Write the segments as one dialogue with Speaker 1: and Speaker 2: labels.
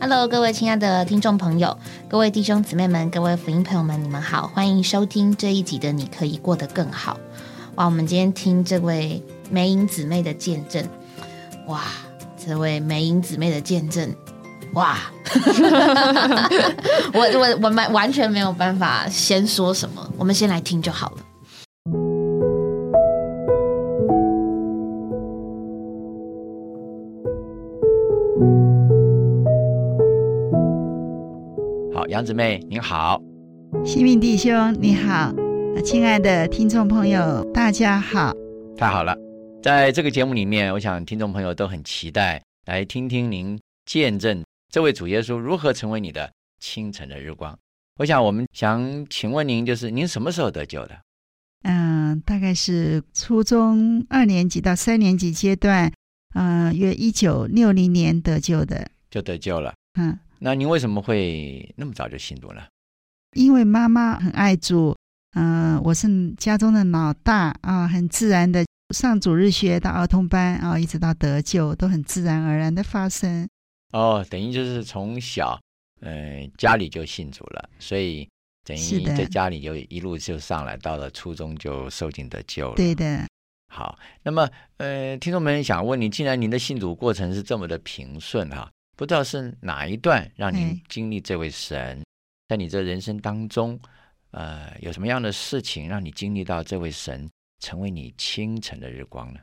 Speaker 1: Hello，各位亲爱的听众朋友，各位弟兄姊妹们，各位福音朋友们，你们好，欢迎收听这一集的《你可以过得更好》。哇，我们今天听这位梅影姊妹的见证，哇，这位梅影姊妹的见证，哇， 我我我们完全没有办法先说什么，我们先来听就好了。
Speaker 2: 好，杨姊妹您好，
Speaker 3: 西敏弟兄，你好，亲爱的听众朋友，大家好。
Speaker 2: 太好了，在这个节目里面，我想听众朋友都很期待来听听您见证这位主耶稣如何成为你的清晨的日光。我想，我们想请问您，就是您什么时候得救的？
Speaker 3: 嗯，大概是初中二年级到三年级阶段，嗯、约一九六零年得救的。
Speaker 2: 就得救了。
Speaker 3: 嗯，
Speaker 2: 那您为什么会那么早就信主呢？
Speaker 3: 因为妈妈很爱主，嗯、我是家中的老大啊，很自然的上主日学到儿童班啊，一直到得救，都很自然而然的发生。
Speaker 2: 哦，等于就是从小，嗯、家里就信主了，所以等
Speaker 3: 是
Speaker 2: 于
Speaker 3: 的
Speaker 2: 在家里就一路就上来，到了初中就受尽得救了。
Speaker 3: 对的，
Speaker 2: 好，那么呃，听众们想问你，既然您的信主过程是这么的平顺哈、不知道是哪一段让您
Speaker 3: 哎
Speaker 2: 经历这位神，在你这人生当中，呃，有什么样的事情让你经历到这位神成为你清晨的日光呢？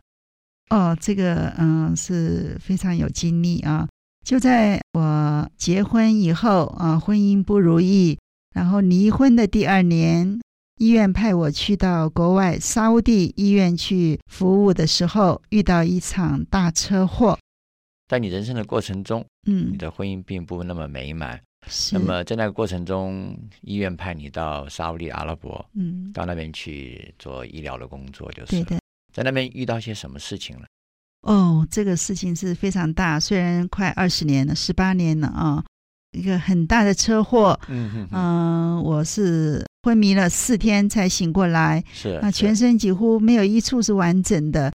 Speaker 3: 哦，这个嗯是非常有经历啊。就在我结婚以后啊，婚姻不如意，然后离婚的第二年，医院派我去到国外沙乌地医院去服务的时候，遇到一场大车祸。
Speaker 2: 在你人生的过程中，你
Speaker 3: 嗯，
Speaker 2: 的婚姻并不那么美满，
Speaker 3: 是
Speaker 2: 那么在那个过程中，医院派你到沙利阿拉伯，
Speaker 3: 嗯，
Speaker 2: 到那边去做医疗的工作，就是
Speaker 3: 对
Speaker 2: 了
Speaker 3: 的。
Speaker 2: 在那边遇到些什么事情了？
Speaker 3: 哦，这个事情是非常大，虽然快二十年了，十八年了啊，一个很大的车祸。
Speaker 2: 嗯哼哼，
Speaker 3: 嗯、我是昏迷了四天才醒过来。
Speaker 2: 是
Speaker 3: 啊，
Speaker 2: 是
Speaker 3: 全身几乎没有一处是完整的。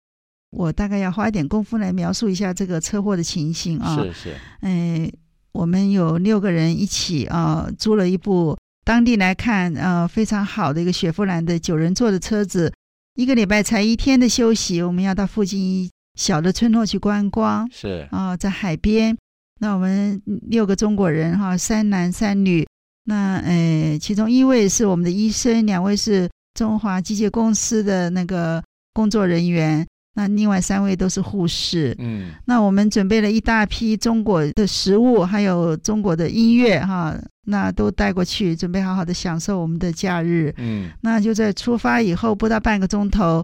Speaker 3: 我大概要花一点功夫来描述一下这个车祸的情形啊。
Speaker 2: 是是，
Speaker 3: 哎，我们有六个人一起啊，租了一部当地来看呃非常好的一个雪佛兰的九人座的车子，一个礼拜才一天的休息，我们要到附近一小的村落去观光
Speaker 2: 是
Speaker 3: 啊，在海边。那我们六个中国人哈、三男三女。那呃，其中一位是我们的医生，两位是中华机械公司的那个工作人员，那另外三位都是护士。
Speaker 2: 嗯，
Speaker 3: 那我们准备了一大批中国的食物，还有中国的音乐哈，那都带过去，准备好好的享受我们的假日。
Speaker 2: 嗯
Speaker 3: 那就在出发以后不到半个钟头，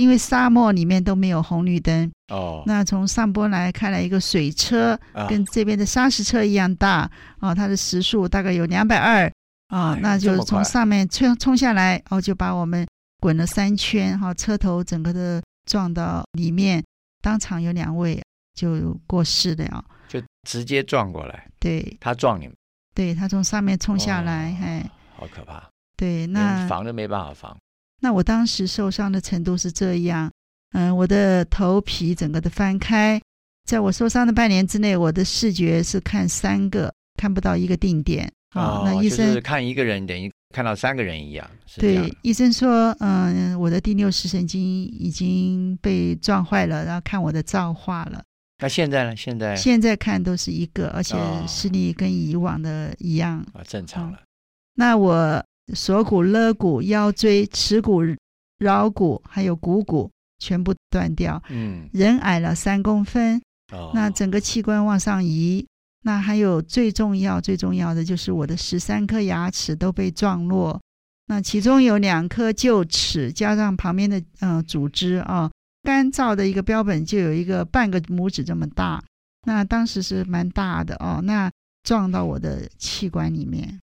Speaker 3: 因为沙漠里面都没有红绿灯，
Speaker 2: 哦，啊
Speaker 3: 那从上坡来开来一个水车，
Speaker 2: 那
Speaker 3: 跟这边的砂石车一样大啊，它的时速大概有两百二
Speaker 2: 哎
Speaker 3: 啊
Speaker 2: 呦，
Speaker 3: 那
Speaker 2: 这
Speaker 3: 就
Speaker 2: 么快
Speaker 3: 从上面冲冲下来，然后就把我们滚了三圈，哈、车头整个的撞到里面，当场有两位就过世了。
Speaker 2: 就直接撞过来，
Speaker 3: 对
Speaker 2: 他撞你们，
Speaker 3: 对，他从上面冲下来，
Speaker 2: 哦
Speaker 3: 哎，
Speaker 2: 好可怕，
Speaker 3: 对，那
Speaker 2: 连防都没办法防，
Speaker 3: 那我当时受伤的程度是这样，嗯，我的头皮整个的翻开，在我受伤的半年之内，我的视觉是看三个，看不到一个定点。啊，那
Speaker 2: 哦
Speaker 3: 医
Speaker 2: 就
Speaker 3: 生、
Speaker 2: 是看一个人等于看到三个人一样，是这样
Speaker 3: 对，医生说，嗯，我的第六视神经已经被撞坏了，然后看我的造化了。
Speaker 2: 那现在呢？现在
Speaker 3: 现在看都是一个，而且
Speaker 2: 哎哦
Speaker 3: 视力跟以往的一样。
Speaker 2: 啊，正常了，
Speaker 3: 那我锁骨、肋骨、腰椎、耻骨、桡骨还有股骨全部断掉，
Speaker 2: 嗯，
Speaker 3: 人矮了三公分，
Speaker 2: 哦，
Speaker 3: 那整个器官往上移。那还有最重要、最重要的就是我的十三颗牙齿都被撞落，那其中有两颗臼齿，加上旁边的呃组织啊，干燥的一个标本就有一个半个拇指这么大，那当时是蛮大的哦，那撞到我的器官里面，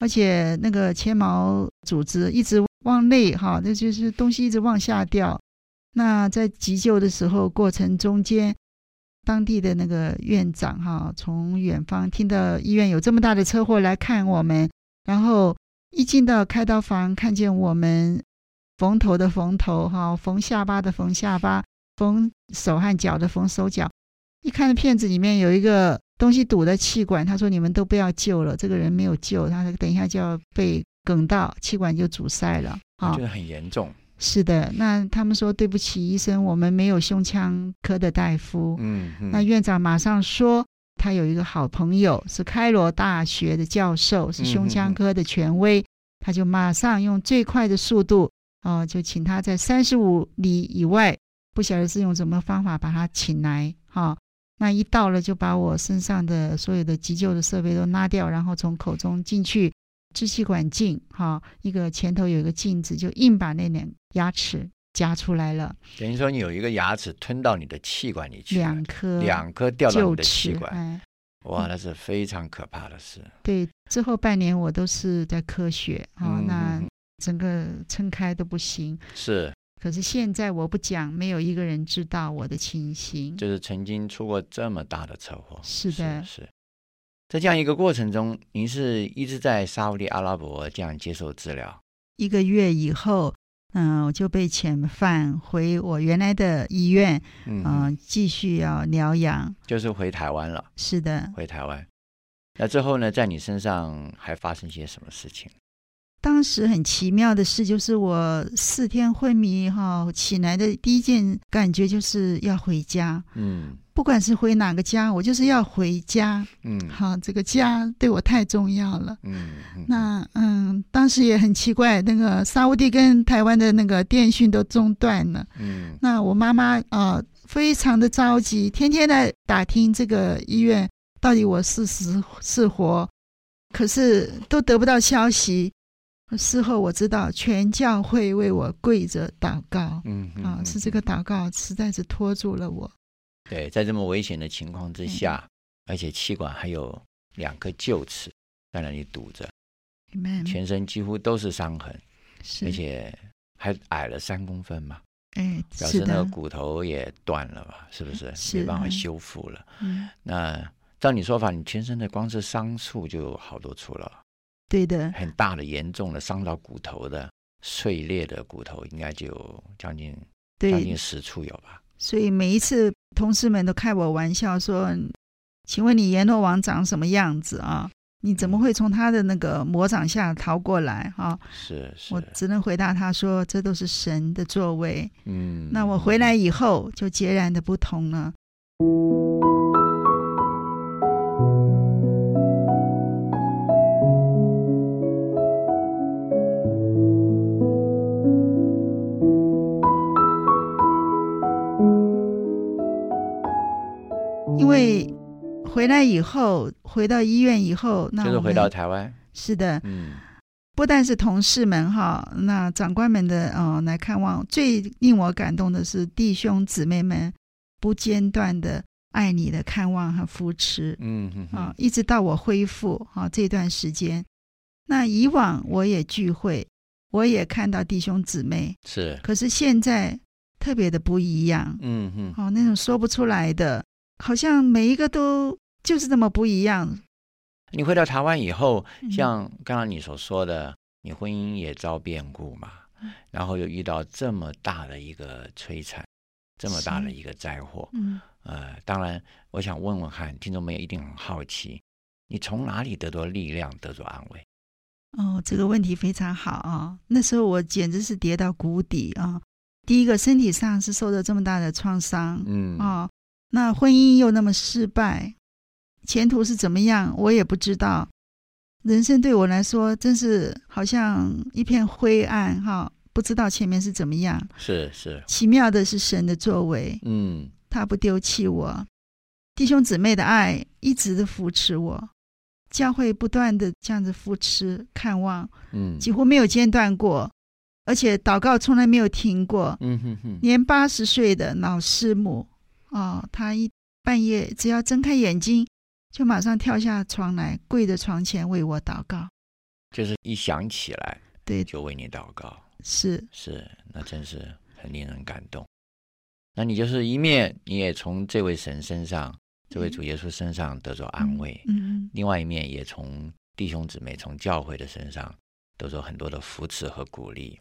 Speaker 3: 而且那个纤毛组织一直往内哈，那就是东西一直往下掉。那在急救的时候过程中间，当地的那个院长哈，从远方听到医院有这么大的车祸来看我们，然后一进到开刀房，看见我们缝头的缝头哈，缝下巴的缝下巴，缝手和脚的缝手脚。一看片子里面有一个东西堵在气管，他说你们都不要救了，这个人没有救，他等一下就要被梗到，气管就阻塞了啊
Speaker 2: 觉。得很严重。
Speaker 3: 是的，那他们说对不起，医生，我们没有胸腔科的大夫。
Speaker 2: 嗯嗯，
Speaker 3: 那院长马上说，他有一个好朋友是开罗大学的教授，
Speaker 2: 嗯
Speaker 3: 是胸腔科的权威，他就马上用最快的速度，哦、就请他在三十五里以外，不晓得是用什么方法把他请来哈、那一到了，就把我身上的所有的急救的设备都拉掉，然后从口中进去支气管镜，哈、一个前头有一个镜子，就硬把那两牙齿夹出来了，
Speaker 2: 等于说你有一个牙齿吞到你的气管里去了，
Speaker 3: 两颗
Speaker 2: 两颗掉到
Speaker 3: 臼
Speaker 2: 你的气
Speaker 3: 齿，
Speaker 2: 管，
Speaker 3: 哎，
Speaker 2: 哇，那是非常可怕的事。
Speaker 3: 对，之后半年我都是在科学啊、
Speaker 2: 嗯
Speaker 3: 那
Speaker 2: 嗯嗯
Speaker 3: 整个撑开都不行。
Speaker 2: 是，
Speaker 3: 可是现在我不讲，没有一个人知道我的情形。
Speaker 2: 就是曾经出过这么大的车祸。
Speaker 3: 是的
Speaker 2: 是。在这样一个过程中，您是一直在沙烏地阿拉伯这样接受治疗。
Speaker 3: 一个月以后，嗯、我就被遣返回我原来的医院，
Speaker 2: 嗯，
Speaker 3: 嗯、继续要疗养。
Speaker 2: 就是回台湾了，
Speaker 3: 是的，
Speaker 2: 回台湾。那之后呢，在你身上还发生些什么事情？
Speaker 3: 当时很奇妙的事就是，我四天昏迷哈、起来的第一件感觉就是要回家，
Speaker 2: 嗯
Speaker 3: 不管是回哪个家，我就是要回家。
Speaker 2: 嗯
Speaker 3: 好，这个家对我太重要了。
Speaker 2: 嗯嗯，
Speaker 3: 那嗯，当时也很奇怪，那个沙乌地跟台湾的那个电讯都中断了。
Speaker 2: 嗯
Speaker 3: 那我妈妈啊、呃非常的着急，天天在打听这个医院到底我是死是活，可是都得不到消息。事后我知道，全教会为我跪着祷告
Speaker 2: 嗯嗯
Speaker 3: 啊，
Speaker 2: 嗯
Speaker 3: 是这个祷告实在是拖住了我。
Speaker 2: 对，在这么危险的情况
Speaker 3: 嗯
Speaker 2: 之下，而且气管还有两颗臼齿在那里堵着，
Speaker 3: Amen，
Speaker 2: 全身几乎都是伤痕，
Speaker 3: 嗯是
Speaker 2: 而且还矮了三公分嘛，
Speaker 3: 哎，
Speaker 2: 表
Speaker 3: 是
Speaker 2: 示那个
Speaker 3: 的，
Speaker 2: 骨头也断了吧？是不是？
Speaker 3: 是
Speaker 2: 没办法
Speaker 3: 嗯
Speaker 2: 修复了。
Speaker 3: 嗯，
Speaker 2: 那照你说法，你全身的光是伤处就有好多处了，
Speaker 3: 对的，
Speaker 2: 很大的、严重的伤到骨头的、碎裂的骨头，应该就有将近将
Speaker 3: 对
Speaker 2: 近，十处有吧？
Speaker 3: 所以每一次同事们都开我玩笑说：“请问你阎罗王长什么样子啊？你怎么会从他的那个魔掌下逃过来啊
Speaker 2: 是？”是
Speaker 3: 我，只能回答他说：“这都是神的作为。
Speaker 2: 嗯，
Speaker 3: 那我回来以后就截然的不同了。因为回来以后，回到医院以后，那
Speaker 2: 就是
Speaker 3: 我
Speaker 2: 回
Speaker 3: 们
Speaker 2: 到台湾，
Speaker 3: 是的，
Speaker 2: 嗯
Speaker 3: 不但是同事们哈，那长官们的呃来看望，最令我感动的是弟兄姊妹们不间断的爱你的看望和扶持
Speaker 2: 嗯嗯
Speaker 3: 啊、
Speaker 2: 嗯
Speaker 3: 一直到我恢复啊、这段时间。那以往我也聚会，我也看到弟兄姊妹，
Speaker 2: 是，
Speaker 3: 可是现在特别的不一样
Speaker 2: 嗯嗯
Speaker 3: 哦，那种说不出来的，好像每一个都就是这么不一样。
Speaker 2: 你回到台湾以后，
Speaker 3: 嗯
Speaker 2: 像刚刚你所说的，你婚姻也遭变故嘛，
Speaker 3: 嗯
Speaker 2: 然后又遇到这么大的一个摧残，这么大的
Speaker 3: 是
Speaker 2: 一个灾祸，
Speaker 3: 嗯，
Speaker 2: 呃，当然，我想问问看，听众朋友一定很好奇，你从哪里得到力量，得到安慰？
Speaker 3: 哦，这个问题非常好啊！那时候我简直是跌到谷底啊！第一个，身体上是受到这么大的创伤啊、
Speaker 2: 嗯，
Speaker 3: 哦那婚姻又那么失败，前途是怎么样，我也不知道。人生对我来说，真是好像一片灰暗哈、不知道前面是怎么样。
Speaker 2: 是是，
Speaker 3: 奇妙的是神的作为，
Speaker 2: 嗯
Speaker 3: 他不丢弃我，弟兄姊妹的爱一直的扶持我，教会不断的这样子扶持看望。
Speaker 2: 嗯，
Speaker 3: 几乎没有间断过，而且祷告从来没有停过。
Speaker 2: 嗯哼哼，
Speaker 3: 连八十岁的老师母哦，她一半夜只要睁开眼睛，就马上跳下床来，跪在床前为我祷告。
Speaker 2: 就是一想起来
Speaker 3: 对，
Speaker 2: 就为你祷告，
Speaker 3: 是
Speaker 2: 是，那真是很令人感动。那你就是一面，你也从这位神身上，这位主耶稣身上得到安慰，
Speaker 3: 嗯，
Speaker 2: 另外一面也从弟兄姊妹、从教会的身上得到很多的扶持和鼓励。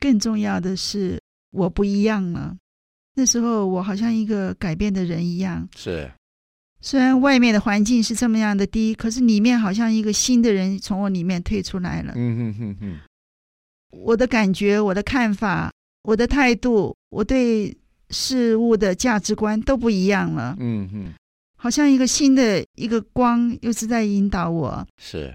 Speaker 3: 更重要的是，我不一样了。那时候我好像一个改变的人一样，
Speaker 2: 是，
Speaker 3: 虽然外面的环境是这么样的低，可是里面好像一个新的人从我里面退出来了。
Speaker 2: 嗯哼哼哼，
Speaker 3: 我的感觉、我的看法、我的态度、我对事物的价值观都不一样了，
Speaker 2: 嗯哼，
Speaker 3: 好像一个新的一个光又是在引导我。
Speaker 2: 是。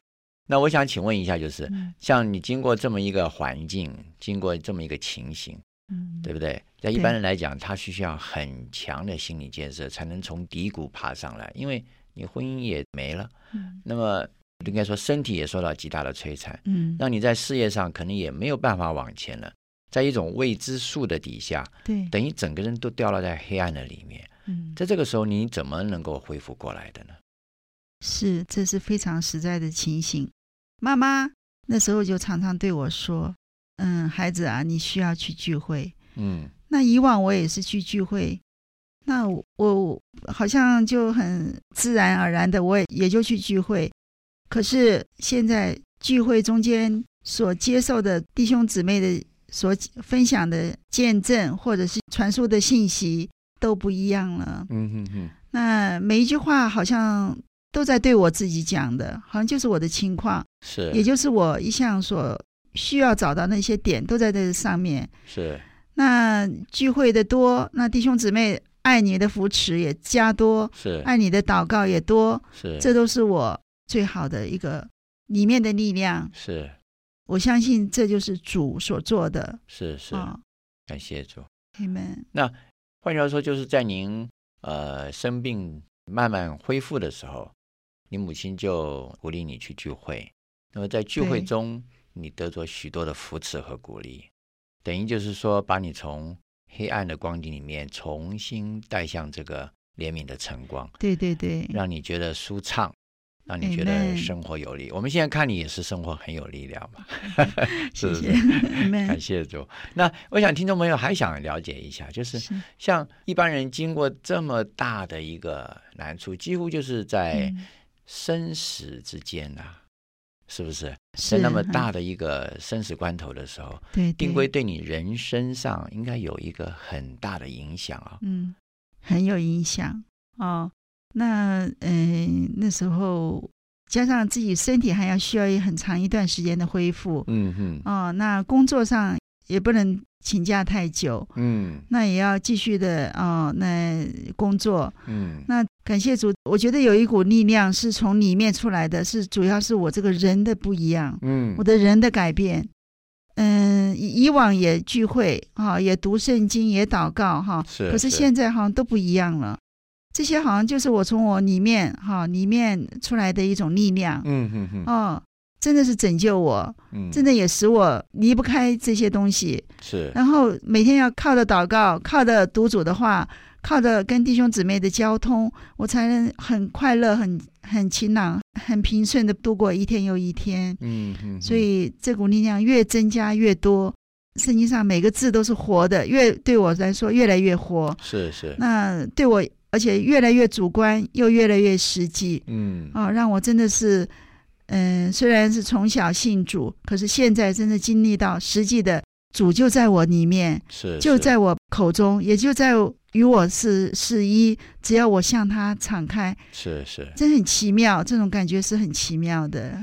Speaker 2: 那我想请问一下，就是
Speaker 3: 嗯
Speaker 2: 像你经过这么一个环境，经过这么一个情形，
Speaker 3: 嗯
Speaker 2: 对不对？在一
Speaker 3: 对
Speaker 2: 般人来讲，他需要很强的心理建设，才能从低谷爬上来，因为你婚姻也没了，
Speaker 3: 嗯
Speaker 2: 那么应该说身体也受到极大的摧残，
Speaker 3: 嗯，
Speaker 2: 让你在事业上可能也没有办法往前了，在一种未知数的底下，
Speaker 3: 对，
Speaker 2: 等于整个人都掉落在黑暗的里面。
Speaker 3: 嗯，
Speaker 2: 在这个时候，你怎么能够恢复过来的呢？
Speaker 3: 是，这是非常实在的情形。妈妈那时候就常常对我说：“嗯，孩子啊，你需要去聚会。”
Speaker 2: 嗯
Speaker 3: 那以往我也是去聚会，那我我好像就很自然而然的，我也也就去聚会。可是现在聚会中间所接受的弟兄姊妹的所分享的见证或者是传输的信息都不一样了。
Speaker 2: 嗯哼哼，
Speaker 3: 那每一句话好像都在对我自己讲的，好像就是我的情况，
Speaker 2: 是，
Speaker 3: 也就是我一向所需要找到那些点都在这上面。
Speaker 2: 是，
Speaker 3: 那聚会的多，那弟兄姊妹爱你的扶持也加多，
Speaker 2: 是，
Speaker 3: 爱你的祷告也多，
Speaker 2: 是，
Speaker 3: 哎这都是我最好的一个里面的力量。
Speaker 2: 是，
Speaker 3: 我相信这就是主所做的
Speaker 2: 是，是，
Speaker 3: 啊。
Speaker 2: 感谢主。
Speaker 3: 你们
Speaker 2: 换句话说，就是在您呃生病慢慢恢复的时候，你母亲就鼓励你去聚会。那么在聚会
Speaker 3: 对
Speaker 2: 中，你得着许多的扶持和鼓励，等于就是说，把你从黑暗的光景里面重新带向这个怜悯的晨光，
Speaker 3: 对对对，
Speaker 2: 让你觉得舒畅，让你觉得
Speaker 3: 嗯 Amen
Speaker 2: 生活有力。我们现在看你也是生活很有力量嘛，是不
Speaker 3: 谢 谢
Speaker 2: 是？
Speaker 3: 你
Speaker 2: 感
Speaker 3: 们。
Speaker 2: 谢主。那我想听众朋友还想了解一下，就是
Speaker 3: 是
Speaker 2: 像一般人经过这么大的一个难处，几乎就是在
Speaker 3: 嗯
Speaker 2: 生死之间呐、是不是？在
Speaker 3: 是
Speaker 2: 那么大
Speaker 3: 嗯
Speaker 2: 的一个生死关头的时候，
Speaker 3: 对
Speaker 2: 定
Speaker 3: 对
Speaker 2: 规对你人身上应该有一个很大的影响啊、
Speaker 3: 嗯，很有影响哦。那嗯、那时候加上自己身体还要需要一很长一段时间的恢复，
Speaker 2: 嗯哼，
Speaker 3: 哦，那工作上也不能请假太久，
Speaker 2: 嗯
Speaker 3: 那也要继续的哦，那工作。
Speaker 2: 嗯，
Speaker 3: 那感谢主，我觉得有一股力量是从里面出来的，是主要是我这个人的不一样，
Speaker 2: 嗯
Speaker 3: 我的人的改变。嗯，以以往也聚会哈、也读圣经，也祷告哈、
Speaker 2: 是
Speaker 3: 可是现在好像都不一样了。这些好像就是我从我里面哈、里面出来的一种力量，
Speaker 2: 嗯哼哼，
Speaker 3: 哦，真的是拯救我，
Speaker 2: 嗯，
Speaker 3: 真的也使我离不开这些东西。
Speaker 2: 是
Speaker 3: 然后每天要靠着祷告，靠着读主的话，靠着跟弟兄姊妹的交通，我才能很快乐、很很晴朗、很平顺的度过一天又一天。
Speaker 2: 嗯哼哼，
Speaker 3: 所以这股力量越增加越多，圣经上每个字都是活的，越对我来说越来越活。
Speaker 2: 是是，
Speaker 3: 那对我，而且越来越主观，又越来越实际。
Speaker 2: 嗯
Speaker 3: 哦，让我真的是，嗯、虽然是从小信主，可是现在真的经历到实际的主就在我里面，
Speaker 2: 是
Speaker 3: 就是在我口中，也就在与我是是一。只要我向他敞开，
Speaker 2: 是是，
Speaker 3: 真很奇妙，这种感觉是很奇妙的。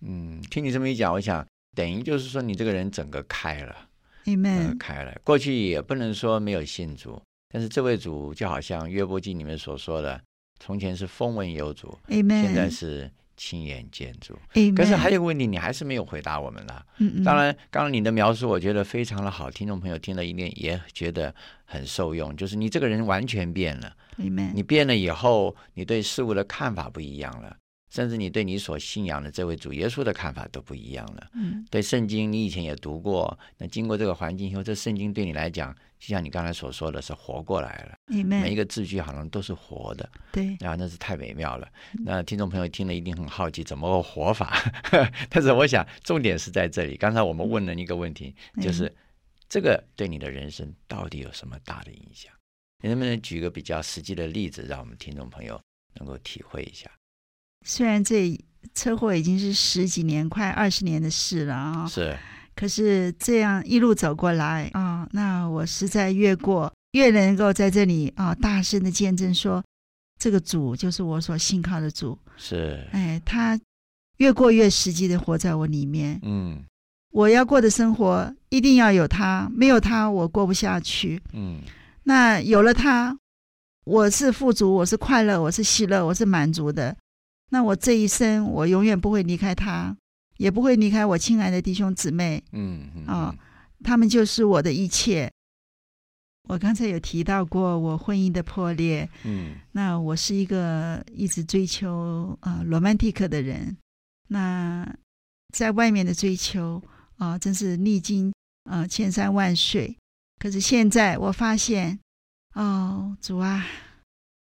Speaker 2: 嗯，听你这么一讲，我想等于就是说你这个人整个开了。呃
Speaker 3: Amen，、
Speaker 2: 开了。过去也不能说没有信主，但是这位主就好像约伯记里面所说的，从前是风闻有主，
Speaker 3: Amen，
Speaker 2: 呃现在是亲眼见主。
Speaker 3: Amen。
Speaker 2: 可是还有个问题，你还是没有回答我们呢。
Speaker 3: 嗯嗯，
Speaker 2: 当然，刚刚你的描述我觉得非常的好，听众朋友听了一定也觉得很受用。就是你这个人完全变了，
Speaker 3: Amen，
Speaker 2: 你变了以后，你对事物的看法不一样了，甚至你对你所信仰的这位主耶稣的看法都不一样了。
Speaker 3: 嗯
Speaker 2: 对圣经，你以前也读过，那经过这个环境以后，这圣经对你来讲，就像你刚才所说的是活过来了，每一
Speaker 3: ，Amen，
Speaker 2: 个字句好像都是活的，
Speaker 3: 对，
Speaker 2: 然后那是太美妙了。那听众朋友听了一定很好奇，怎么个活法？ 但是我想重点是在这里。刚才我们问了一个问题，
Speaker 3: 嗯
Speaker 2: 就是这个对你的人生到底有什么大的影响？你能不能举一个比较实际的例子，让我们听众朋友能够体会一下？
Speaker 3: 虽然这车祸已经是十几年、快二十年的事了啊、
Speaker 2: 是，
Speaker 3: 可是这样一路走过来啊、那我实在越过越能够在这里啊、大声的见证说，这个主就是我所信靠的主，
Speaker 2: 是，
Speaker 3: 哎，他越过越实际的活在我里面。
Speaker 2: 嗯
Speaker 3: 我要过的生活一定要有他，没有他我过不下去。
Speaker 2: 嗯
Speaker 3: 那有了他，我是富足，我是快乐，我是喜乐，我是满足的。那我这一生，我永远不会离开他，也不会离开我亲爱的弟兄姊妹。
Speaker 2: 嗯嗯
Speaker 3: 啊他们就是我的一切。我刚才有提到过我婚姻的破裂，
Speaker 2: 嗯
Speaker 3: 那我是一个一直追求啊、呃、romantic 的人，那在外面的追求啊、真是历经呃千山万水。可是现在我发现，哦，主啊，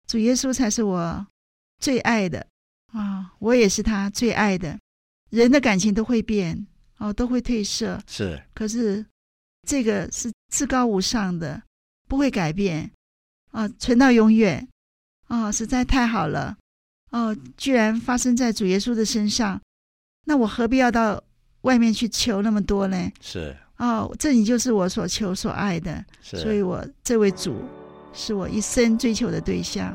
Speaker 3: 主耶稣才是我最爱的啊、我也是他最爱的。人的感情都会变哦，都会褪色，
Speaker 2: 是，
Speaker 3: 可是这个是至高无上的，不会改变啊、存到永远啊、实在太好了哦、居然发生在主耶稣的身上，那我何必要到外面去求那么多呢？
Speaker 2: 是
Speaker 3: 哦，这里就是我所求所爱的，
Speaker 2: 是，
Speaker 3: 所以我这位主是我一生追求的对象，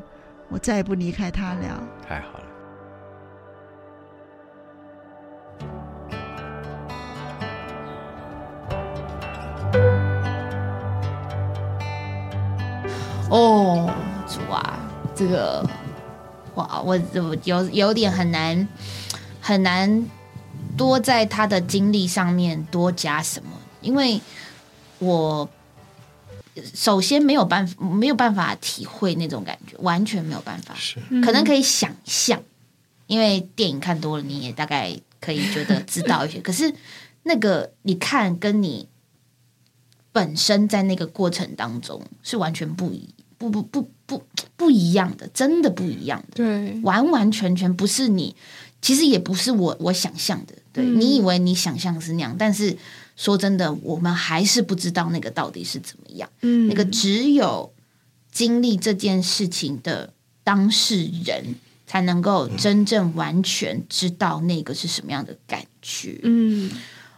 Speaker 3: 我再也不离开他了。
Speaker 2: 太好了。
Speaker 1: 哦，主啊，这个哇，我我有有点很难很难多在他的经历上面多加什么，因为我呃首先没有办法没有办法体会那种感觉，完全没有办法，
Speaker 4: 是
Speaker 1: 可能可以想象，因为电影看多了，你也大概可以觉得知道一些。可是那个你看跟你本身在那个过程当中是完全不一不不不不不一样的，真的不一样的，
Speaker 4: 对，
Speaker 1: 完完全全不是你，其实也不是我我想象的。对、
Speaker 4: 嗯
Speaker 1: 你以为你想象是那样，但是说真的，我们还是不知道那个到底是怎么样。
Speaker 4: 嗯，
Speaker 1: 那个只有经历这件事情的当事人，才能够真正完全知道那个是什么样的感觉。
Speaker 4: 嗯，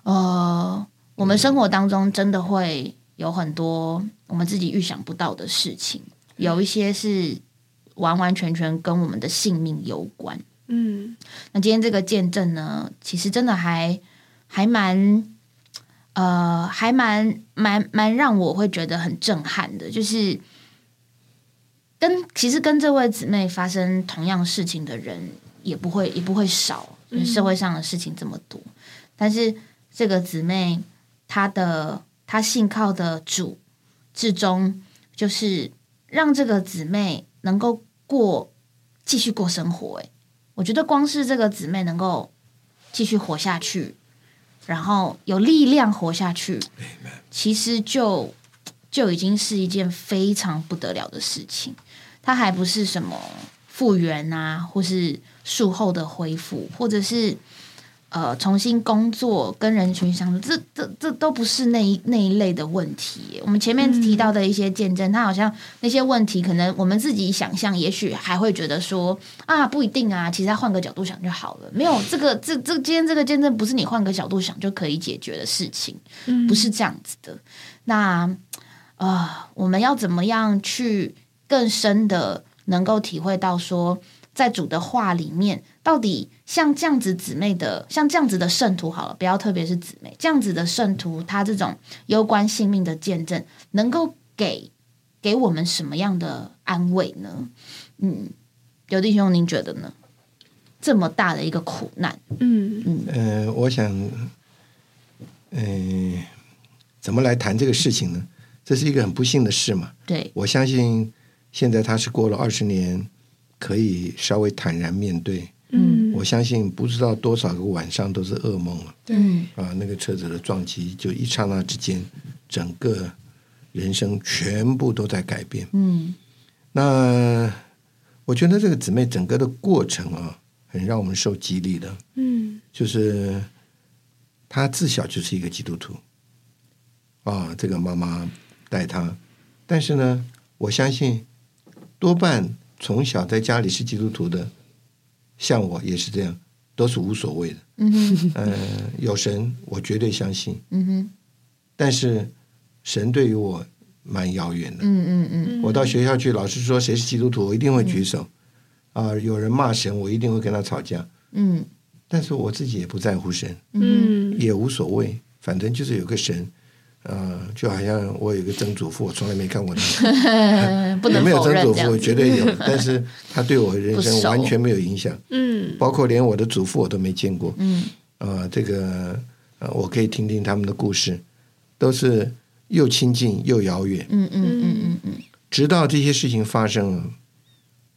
Speaker 1: 呃，我们生活当中真的会有很多我们自己预想不到的事情，有一些是完完全全跟我们的性命有关。
Speaker 4: 嗯，
Speaker 1: 那今天这个见证呢，其实真的还还蛮，呃，还蛮蛮蛮让我会觉得很震撼的，就是跟其实跟这位姊妹发生同样事情的人也不会也不会少，就
Speaker 4: 嗯
Speaker 1: 是社会上的事情这么多，但是这个姊妹她的她信靠的主，至终就是让这个姊妹能够过继续过生活、欸，我觉得光是这个姊妹能够继续活下去，然后有力量活下去，其实就就已经是一件非常不得了的事情。它还不是什么复原啊，或是术后的恢复，或者是呃重新工作、跟人群相处，这这这都不是那一那一类的问题耶。我们前面提到的一些见证，它好像那些问题，可能我们自己想象，也许还会觉得说啊不一定啊，其实他换个角度想就好了。没有这个这这今天这个见证，不是你换个角度想就可以解决的事情。
Speaker 4: 嗯
Speaker 1: 不是这样子的。那呃，我们要怎么样去更深的能够体会到说，在主的话里面，到底像这样子姊妹的，像这样子的圣徒好了，不要特别是姊妹，这样子的圣徒，他这种攸关性命的见证，能够给给我们什么样的安慰呢？嗯，刘弟兄，您觉得呢？这么大的一个苦难，
Speaker 4: 음,嗯
Speaker 5: 呃，我想，呃，怎么来谈这个事情呢？这是一个很不幸的事嘛。
Speaker 1: 对，
Speaker 5: 我相信现在他是过了二十年，可以稍微坦然面对。
Speaker 4: 嗯，
Speaker 5: 我相信不知道多少个晚上都是噩梦了
Speaker 4: 对，
Speaker 5: 啊！那个车子的撞击，就一刹那之间，整个人生全部都在改变。
Speaker 1: 嗯
Speaker 5: 那我觉得这个姊妹整个的过程啊，很让我们受激励的。
Speaker 4: 嗯
Speaker 5: 就是他自小就是一个基督徒啊，这个妈妈带他，但是呢，我相信多半从小在家里是基督徒的，像我也是这样，都是无所谓的。
Speaker 1: 嗯哼
Speaker 5: 嗯、有神我绝对相信，
Speaker 1: 嗯哼
Speaker 5: 但是神对于我蛮遥远的。
Speaker 1: 嗯嗯嗯嗯
Speaker 4: 嗯， 음,
Speaker 5: 我到学校去，老师说谁是基督徒，我一定会举手。啊、有人骂神，我一定会跟他吵架。
Speaker 1: 嗯
Speaker 5: 但是我自己也不在乎神，
Speaker 4: 음,
Speaker 1: 嗯
Speaker 5: 也无所谓，反正就是有个神。呃，就好像我有一个曾祖父，我从来没看过他，
Speaker 4: 嗯
Speaker 1: 哼，不
Speaker 5: 有
Speaker 1: 能
Speaker 5: 没有
Speaker 1: 否
Speaker 5: 曾
Speaker 1: 认
Speaker 5: 祖
Speaker 1: 这
Speaker 5: 父，
Speaker 1: 样
Speaker 5: 绝
Speaker 1: 子。
Speaker 5: 对有，但是他对我的人
Speaker 1: 不
Speaker 5: 生
Speaker 1: 熟
Speaker 5: 完全没有影响，
Speaker 4: 嗯
Speaker 5: 包括连我的祖父我都没见过。
Speaker 1: 嗯
Speaker 5: 呃，这个呃，我可以听听他们的故事，都是又亲近又遥远，
Speaker 1: 嗯嗯嗯嗯嗯，
Speaker 5: 直到这些事情发生了，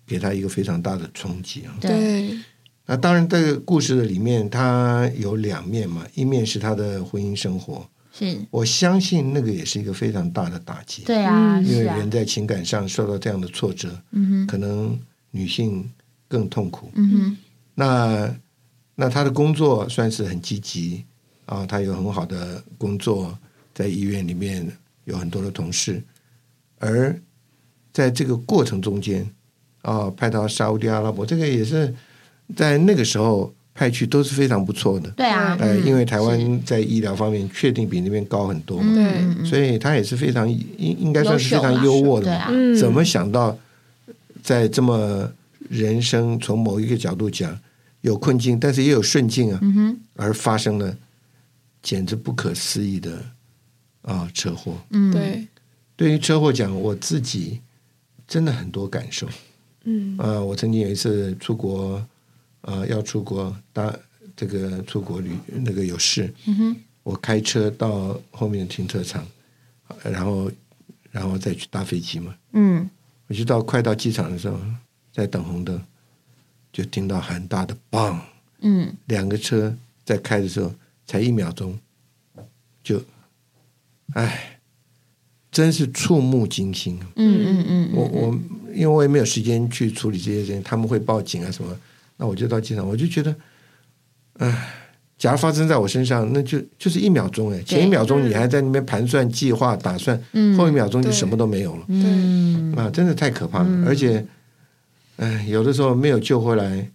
Speaker 5: 给他一个非常大的冲击啊。
Speaker 4: 네,
Speaker 1: 对，
Speaker 5: 那当然，这个故事的里面，它有两面嘛，一面是他的婚姻生活，
Speaker 1: 是，
Speaker 5: 我相信那个也是一个非常大的打击，
Speaker 1: 对啊，
Speaker 4: 嗯
Speaker 5: 因为
Speaker 1: 是啊，
Speaker 5: 人在情感上受到这样的挫折，
Speaker 1: 嗯哼，
Speaker 5: 可能女性更痛苦。
Speaker 1: 嗯哼，
Speaker 5: 那那他的工作算是很积极啊，他有很好的工作，在医院里面有很多的同事，而在这个过程中间啊，派到沙烏地阿拉伯，这个也是在那个时候派去都是非常不错的。
Speaker 1: 对啊，
Speaker 5: 呃，
Speaker 1: 嗯
Speaker 5: 因为台
Speaker 1: 是
Speaker 5: 湾在医疗方面确定比那边高很多嘛，
Speaker 1: 嗯
Speaker 4: 对
Speaker 1: 嗯嗯
Speaker 5: 所以他也是非常应应该算是非常
Speaker 1: 优秀
Speaker 5: 优
Speaker 1: 啊
Speaker 5: 渥的
Speaker 1: 对
Speaker 5: 嘛。
Speaker 1: 啊，
Speaker 4: 嗯，
Speaker 5: 怎么想到在这么人生从某一个角度讲有困境，但是也有顺境啊，
Speaker 1: 嗯哼，
Speaker 5: 而发生了简直不可思议的啊、车祸。
Speaker 1: 嗯，，
Speaker 4: 对，
Speaker 5: 对于车祸讲，我自己真的很多感受。
Speaker 4: 嗯
Speaker 5: 呃，我曾经有一次出国，呃，要出国搭这个出国旅那个有事，
Speaker 1: 嗯哼，
Speaker 5: 我开车到后面的停车场，然后然后再去搭飞机嘛。
Speaker 1: 嗯，
Speaker 5: 我就到快到机场的时候，在等红灯，就听到很大的“砰
Speaker 1: 嗯，”，
Speaker 5: 两个车在开的时候，才一秒钟，就，唉，真是触目惊心。啊
Speaker 1: 嗯嗯嗯，
Speaker 5: 我我因为我也没有时间去处理这些事情，他们会报警啊什么，那我就到机场，我就觉得，唉。假如发生在我身上，那就就是一秒钟哎，前一秒钟你还在那边盘算、计划、打算，
Speaker 1: 嗯
Speaker 5: 后一秒钟就
Speaker 4: 对
Speaker 5: 什么都没有了。
Speaker 1: 嗯，
Speaker 5: 啊，真的太可怕了，而且，哎，有的时候没有救回来，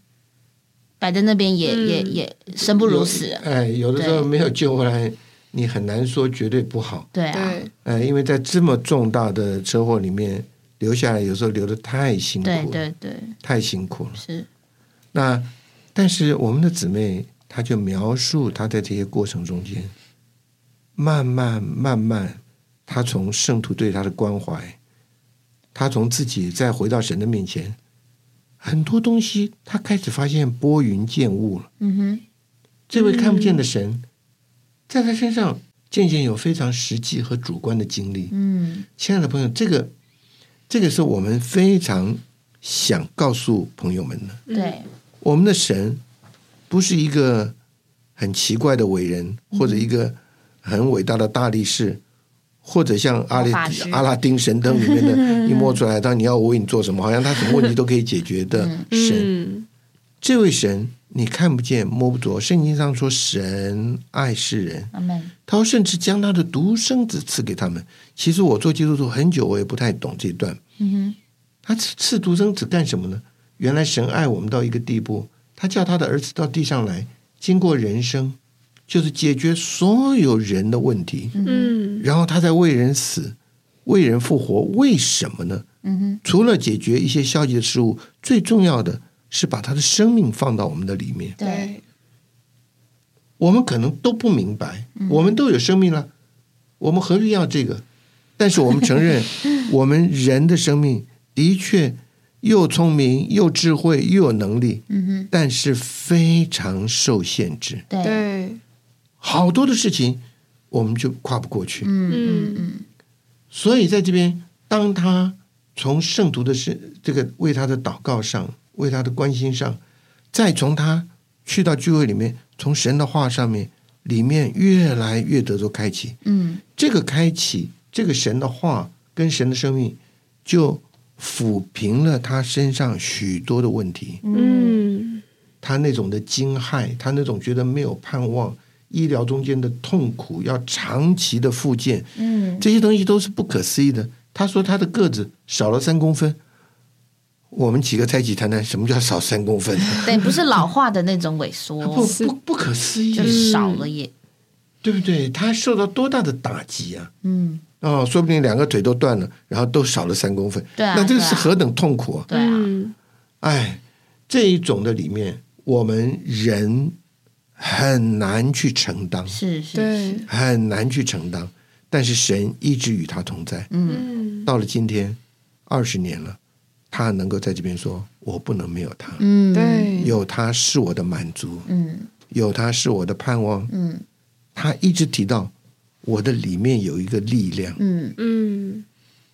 Speaker 1: 摆在那边也
Speaker 4: 嗯
Speaker 1: 也也生不如死
Speaker 5: 有，哎，有的时候
Speaker 1: 对
Speaker 5: 没有救回来，你很难说绝对不好，
Speaker 1: 对啊，
Speaker 4: 对，
Speaker 5: 哎，因为在这么重大的车祸里面留下来，有时候留的太辛苦
Speaker 1: 对
Speaker 5: 了，
Speaker 1: 对对，
Speaker 5: 太辛苦了。
Speaker 1: 是，
Speaker 5: 那但是我们的姊妹，她就描述她在这些过程中间，慢慢慢慢，她从圣徒对她的关怀，她从自己再回到神的面前，很多东西她开始发现拨云见雾了。
Speaker 1: 嗯哼，
Speaker 5: 这位看不见的神，在她身上渐渐有非常实际和主观的经历。
Speaker 1: 嗯
Speaker 5: 亲爱的朋友，这个这个是我们非常想告诉朋友们的。
Speaker 4: 嗯
Speaker 1: 对，
Speaker 5: 我们的神不是一个很奇怪的伟人，
Speaker 1: 嗯
Speaker 5: 或者一个很伟大的大力士，或者像阿
Speaker 1: 魔法
Speaker 5: 里
Speaker 1: 师
Speaker 5: 阿拉丁神灯里面 的一摸出来，当你要我为你做什么，好像他什么问题都可以解决 的神。
Speaker 4: 嗯
Speaker 5: 这位神你看不见摸不着，圣经上说神爱世人，
Speaker 1: 阿门，
Speaker 5: 他说甚至将他的独生子赐给他们。其实我做基督徒很久，我也不太懂这段，
Speaker 1: 嗯哼，
Speaker 5: 他赐赐独生子干什么呢？原来神爱我们到一个地步，他叫他的儿子到地上来，经过人生，就是解决所有人的问题，
Speaker 4: 음,嗯
Speaker 5: 然后他再为人死，为人复活。为什么呢？
Speaker 1: 嗯哼，
Speaker 5: 除了解决一些消极的事物，最重要的是把他的生命放到我们的里面。
Speaker 4: 네,
Speaker 1: 对，
Speaker 5: 我们可能都不明白，我们都有生命了，我们何必要这个？但是我们承 认，我们人的生命的确又聪明又智慧又有能力，
Speaker 1: 嗯哼，
Speaker 5: 但是非常受限制，
Speaker 4: 对
Speaker 1: 对，
Speaker 4: 对，
Speaker 5: 好多的事情我们就跨不过去。
Speaker 1: 嗯嗯
Speaker 4: 嗯
Speaker 1: 嗯，
Speaker 5: 所以在这边，当他从圣徒的是这个为他的祷告上，为他的关心上，再从他去到聚会里面，从神的话上面里面越来越得着开启。
Speaker 1: 嗯
Speaker 5: 这个开启，这个神的话跟神的生命，就抚平了他身上许多的问题。
Speaker 1: 嗯
Speaker 4: 嗯
Speaker 5: 他那种的惊骇，他那种觉得没有盼望，医疗中间的痛苦，要长期的复健，
Speaker 1: 嗯，
Speaker 5: 这些东西都是不可思议的。他说他的个子少了三公分，我们几个在一起谈谈什么叫少三公分，
Speaker 1: 对，不是老化的那种萎
Speaker 5: 不
Speaker 1: 缩，
Speaker 5: 不不可思议
Speaker 1: 哦就，是少了也，
Speaker 5: 对不对？他受到多大的打击啊！
Speaker 1: 嗯，
Speaker 5: 哦，说不定两个腿都断了，然后都少了三公分，
Speaker 1: 对啊
Speaker 5: 那这个
Speaker 1: 对啊
Speaker 5: 是何等痛苦啊！
Speaker 1: 对啊，
Speaker 4: 嗯
Speaker 5: 哎，这一种的里面，我们人很难去承担，
Speaker 1: 是是，
Speaker 4: 对，
Speaker 5: 很难去承担。但是神一直与他同在，
Speaker 1: 嗯，
Speaker 4: 嗯，
Speaker 5: 到了今天二十年了，他能够在这边说：“我不能没有他，
Speaker 1: 嗯，，
Speaker 4: 음,对，
Speaker 5: 有他是我的满足，
Speaker 1: 嗯
Speaker 5: 有他是我的盼望。
Speaker 1: 嗯”
Speaker 5: 他一直提到我的里面有一个力量，
Speaker 1: 嗯
Speaker 4: 嗯，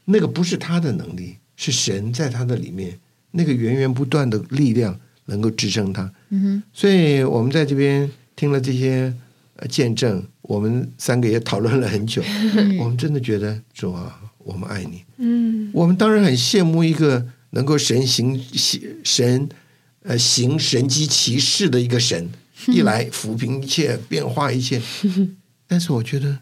Speaker 5: 那个不是他的能力，是神在他的里面那个源源不断的力量能够支撑他。
Speaker 1: 嗯哼，
Speaker 5: 所以我们在这边听了这些呃见证，我们三个也讨论了 很久。 我们真的觉得主啊，我们爱你。
Speaker 4: 嗯，
Speaker 5: 我们当然很羡慕一个能够神行行神呃行神机骑士的一 个神，一来抚平一切，变化一切。但是我觉得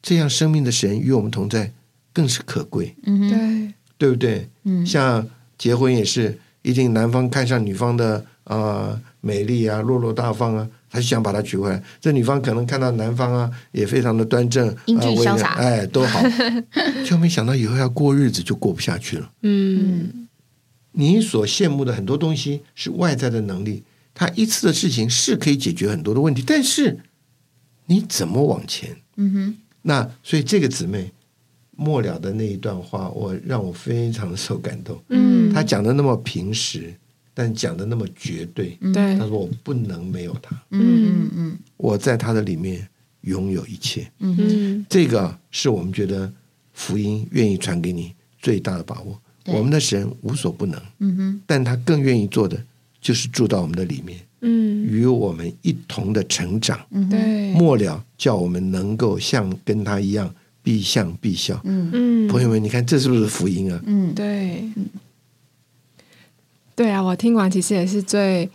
Speaker 5: 这样生命的神与我们同在，更是可贵，
Speaker 1: 嗯哼，
Speaker 4: 对，
Speaker 5: 对不对？
Speaker 1: 嗯
Speaker 5: 像结婚也是，一定男方看上女方的呃美丽啊、落落大方啊，他就想把她娶回来。这女方可能看到男方啊，也非常的端正、
Speaker 1: 英俊
Speaker 5: 呃
Speaker 1: 潇洒
Speaker 5: 为人 哎，都好，就没想到以后要过日子就过不下去了。
Speaker 4: 嗯，
Speaker 5: 你所羡慕的很多东西是外在的能力，他一次的事情是可以解决很多的问题，但是你怎么往前？
Speaker 1: 嗯哼，
Speaker 5: 那所以这个姊妹末了的那一段话，我让我非常的受感动。
Speaker 4: 嗯，
Speaker 5: 他讲的那么平实，但讲的那么绝对。
Speaker 1: 嗯
Speaker 4: 对
Speaker 5: 他，说：“我不能没有他，
Speaker 1: 嗯嗯
Speaker 5: 我在他的里面拥有一切。
Speaker 1: 嗯嗯
Speaker 4: 嗯，”
Speaker 5: 这个是我们觉得福音愿意传给你最大的把握。
Speaker 1: 对
Speaker 5: 我们的神无所不能，
Speaker 1: 嗯哼，
Speaker 5: 但他更愿意做的就是住到我们的里面，
Speaker 4: 嗯，
Speaker 5: 与我们一同的成长。
Speaker 1: 嗯哼，
Speaker 4: 对，
Speaker 5: 末了，叫我们能够像跟他一样，必像必效。
Speaker 1: 嗯
Speaker 4: 嗯，
Speaker 5: 朋友们，你看这是不是福音啊？
Speaker 1: 嗯，
Speaker 4: 对，对啊，我听完其实也是最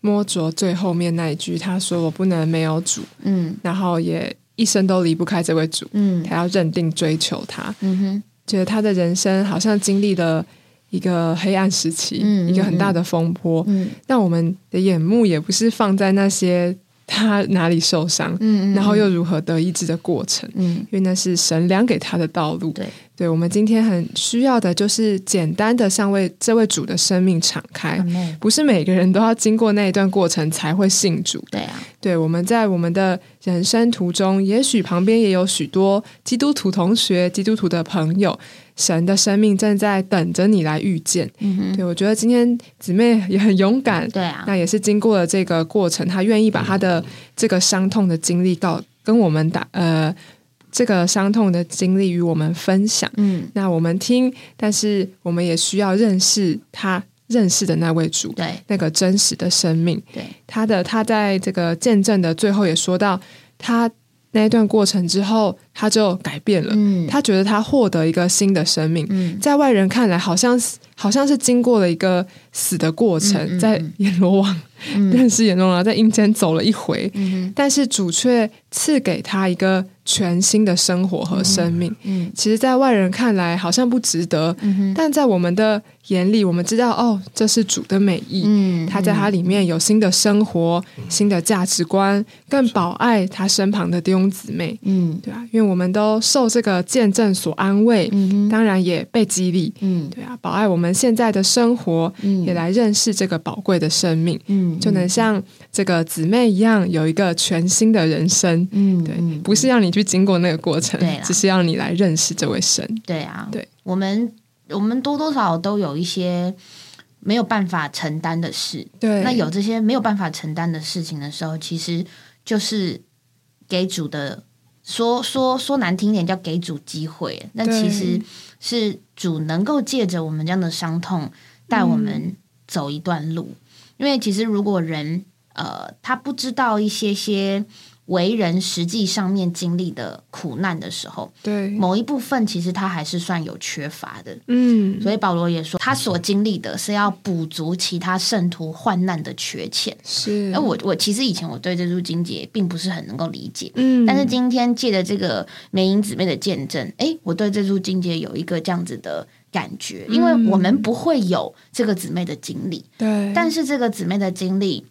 Speaker 4: 摸着最后面那一句，他说我不能没有主，
Speaker 1: 嗯
Speaker 4: 然后也一生都离不开这位主，
Speaker 1: 嗯
Speaker 4: 他要认定追求他，
Speaker 1: 嗯哼，
Speaker 4: 觉得他的人生好像经历了一个黑暗时期，
Speaker 1: 嗯嗯
Speaker 4: 一个很大的风波，
Speaker 1: 嗯
Speaker 4: 但我们的眼目也不是放在那些他哪里受伤，
Speaker 1: 嗯，
Speaker 4: 然后又如何得医治的过程。
Speaker 1: 嗯
Speaker 4: 因为那是神量给他的道路，
Speaker 1: 对，
Speaker 4: 对，我们今天很需要的就是简单的向为这位主的生命敞开，
Speaker 1: Amen
Speaker 4: 不是每个人都要经过那一段过程才会信主。
Speaker 1: 对啊，
Speaker 4: 对，我们在我们的人生途中，也许旁边也有许多基督徒同学、基督徒的朋友，神的生命正在等着你来遇见。
Speaker 1: 嗯哼，
Speaker 4: 对我觉得今天姊妹也很勇敢，
Speaker 1: 对啊，
Speaker 4: 那也是经过了这个过程，她愿意把她的这个伤痛的经历告跟我们打呃。这个伤痛的经历与我们分享，
Speaker 1: 嗯
Speaker 4: 那我们听，但是我们也需要认识他认识的那位主，
Speaker 1: 对
Speaker 4: 那个真实的生命。
Speaker 1: 对，
Speaker 4: 他的他在这个见证的最后也说到，他那一段过程之后，他就改变了，
Speaker 1: 嗯
Speaker 4: 呃他觉得他获得一个新的生命。
Speaker 1: 嗯
Speaker 4: 在外人看来，好像是好像是经过了一个死的过程，
Speaker 1: 嗯嗯嗯
Speaker 4: 在阎罗王、 认识阎罗王，在阴间走了一回，
Speaker 1: 嗯
Speaker 4: 但是主却赐给他一个全新的生活和生命。
Speaker 1: 嗯
Speaker 4: 其实，在外人看来好像不值得，
Speaker 1: 嗯哼，
Speaker 4: 但在我们的眼里，我们知道哦，这是主的美意。
Speaker 1: 嗯，
Speaker 4: 他在他里面有新的生活、新的价值观，更保爱他身旁的弟兄姊妹，
Speaker 1: 嗯
Speaker 4: 对啊，因为我们都受这个见证所安慰，
Speaker 1: 嗯哼，
Speaker 4: 当然也被激励，
Speaker 1: 嗯
Speaker 4: 对啊，保爱我们现在的生活，
Speaker 1: 嗯
Speaker 4: 也来认识这个宝贵的生命，
Speaker 1: 嗯
Speaker 4: 就能像这个姊妹一样，有一个全新的人生。
Speaker 1: 嗯
Speaker 4: 对，不是让你去经过那个过程
Speaker 1: 对啦，
Speaker 4: 只是让你来认识这位神。
Speaker 1: 对啊，
Speaker 4: 对，
Speaker 1: 我们我们多多少少都有一些没有办法承担的事。
Speaker 4: 对，
Speaker 1: 那有这些没有办法承担的事情的时候，其实就是给主的说说说难听点叫给主机会，那
Speaker 4: 对
Speaker 1: 其实是主能够借着我们这样的伤痛带我们走一段路。因为其实如果人呃他不知道一些些为人实际上面经历的苦难的时候，
Speaker 4: 对，
Speaker 1: 某一部分其实他还是算有缺乏的。
Speaker 4: 嗯，
Speaker 1: 所以保罗也说，他所经历的是要补足其他圣徒患难的缺欠。
Speaker 4: 是，
Speaker 1: 而我我其实以前我对这株经节并不是很能够理解，
Speaker 4: 嗯，
Speaker 1: 但是今天借着这个美英姊妹的见证，诶，我对这株经节有一个这样子的感
Speaker 4: 嗯
Speaker 1: 觉，因为我们不会有这个姊妹的经历，
Speaker 4: 对，
Speaker 1: 但
Speaker 4: 是
Speaker 1: 是这个姊妹的经历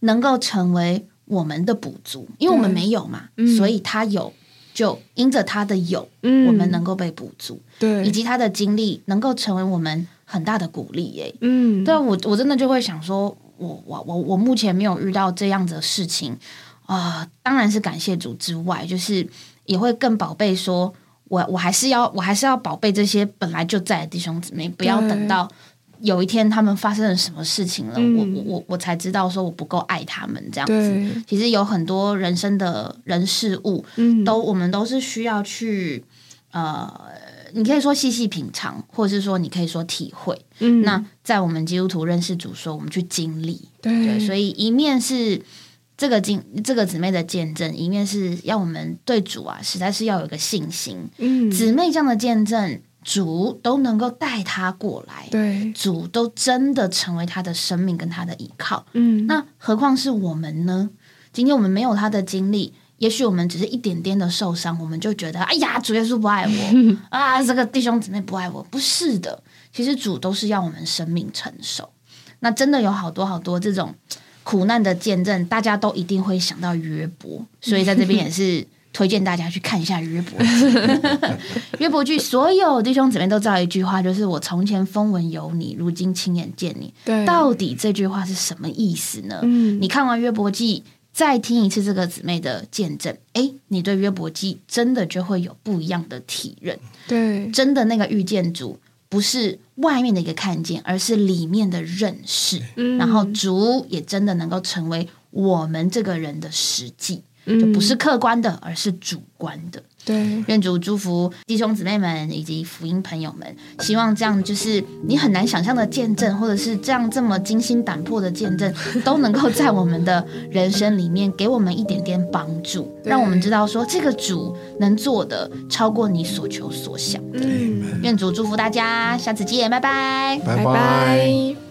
Speaker 1: 能够成为我们的补足，因为我们
Speaker 4: 对
Speaker 1: 没有嘛，
Speaker 4: 嗯
Speaker 1: 所以她有，就因着她的有，我们能够被补足，
Speaker 4: 嗯对
Speaker 1: 以及她的经历能够成为我们很大的鼓励耶。
Speaker 4: 嗯，
Speaker 1: 对啊我我真的就会想说，我我我我目前没有遇到这样子的事情啊、当然是感谢主之外，就是也会更宝贝说，我我还是要我还是要宝贝这些本来就在的弟兄姊妹，不要
Speaker 4: 对
Speaker 1: 等到有一天他们发生了什么事情了，
Speaker 4: 嗯
Speaker 1: 我我我我才知道说我不够爱他们这样子。
Speaker 4: 对，
Speaker 1: 其实有很多人生的人事物，
Speaker 4: 嗯，
Speaker 1: 都我们都是需要去呃，你可以说细细品尝，或者是说你可以说体会。
Speaker 4: 嗯，
Speaker 1: 那在我们基督徒认识主说，我们去经历，对，
Speaker 4: 对，
Speaker 1: 所
Speaker 4: 以
Speaker 1: 以一面是这个经这个姊妹的见证，一面是要我们对主啊，实在是要有一个信心。
Speaker 4: 嗯，
Speaker 1: 姊妹这样的见证，主都能够带她过来，
Speaker 4: 对，
Speaker 1: 主都真的成为她的生命跟她的依靠。
Speaker 4: 嗯，
Speaker 1: 那何况是我们呢？今天我们没有他的经历，也许我们只是一点点的受伤，我们就觉得哎呀，主耶稣不爱我啊，这个弟兄姊妹不爱我。不是的，其实主都是要我们生命承受。那真的有好多好多这种苦难的见证，大家都一定会想到约伯，所以在这边也是推荐大家去看一下约伯记。约伯记所有弟兄姊妹都知道一句话，就是我从前风闻有你，如今亲眼见你。
Speaker 4: 对，
Speaker 1: 到底这句话是什么意思呢？
Speaker 4: 嗯
Speaker 1: 你看完约伯记，再听一次这个姊妹的见证，诶，你对约伯记真的就会有不一样的体认。
Speaker 4: 对，
Speaker 1: 真的那个遇见主，不是外面的一个看见，而是里面的认识。
Speaker 4: 嗯
Speaker 1: 然后主也真的能够成为我们这个人的实际，就
Speaker 4: 嗯
Speaker 1: 不是客观的，而是主观的。
Speaker 4: 对，
Speaker 1: 愿主祝福弟兄姊妹们以及福音朋友们。希望这样就是你很难想象的见证，或者是这样这么惊心胆魄的见证，都能够在我们的人生里面给我们一点点帮助，
Speaker 4: 对
Speaker 1: 让我们知道说这个主能做的超过你所求所想。
Speaker 4: 嗯，
Speaker 1: 愿主祝福大家，下次见，拜拜。
Speaker 5: 拜
Speaker 4: 拜。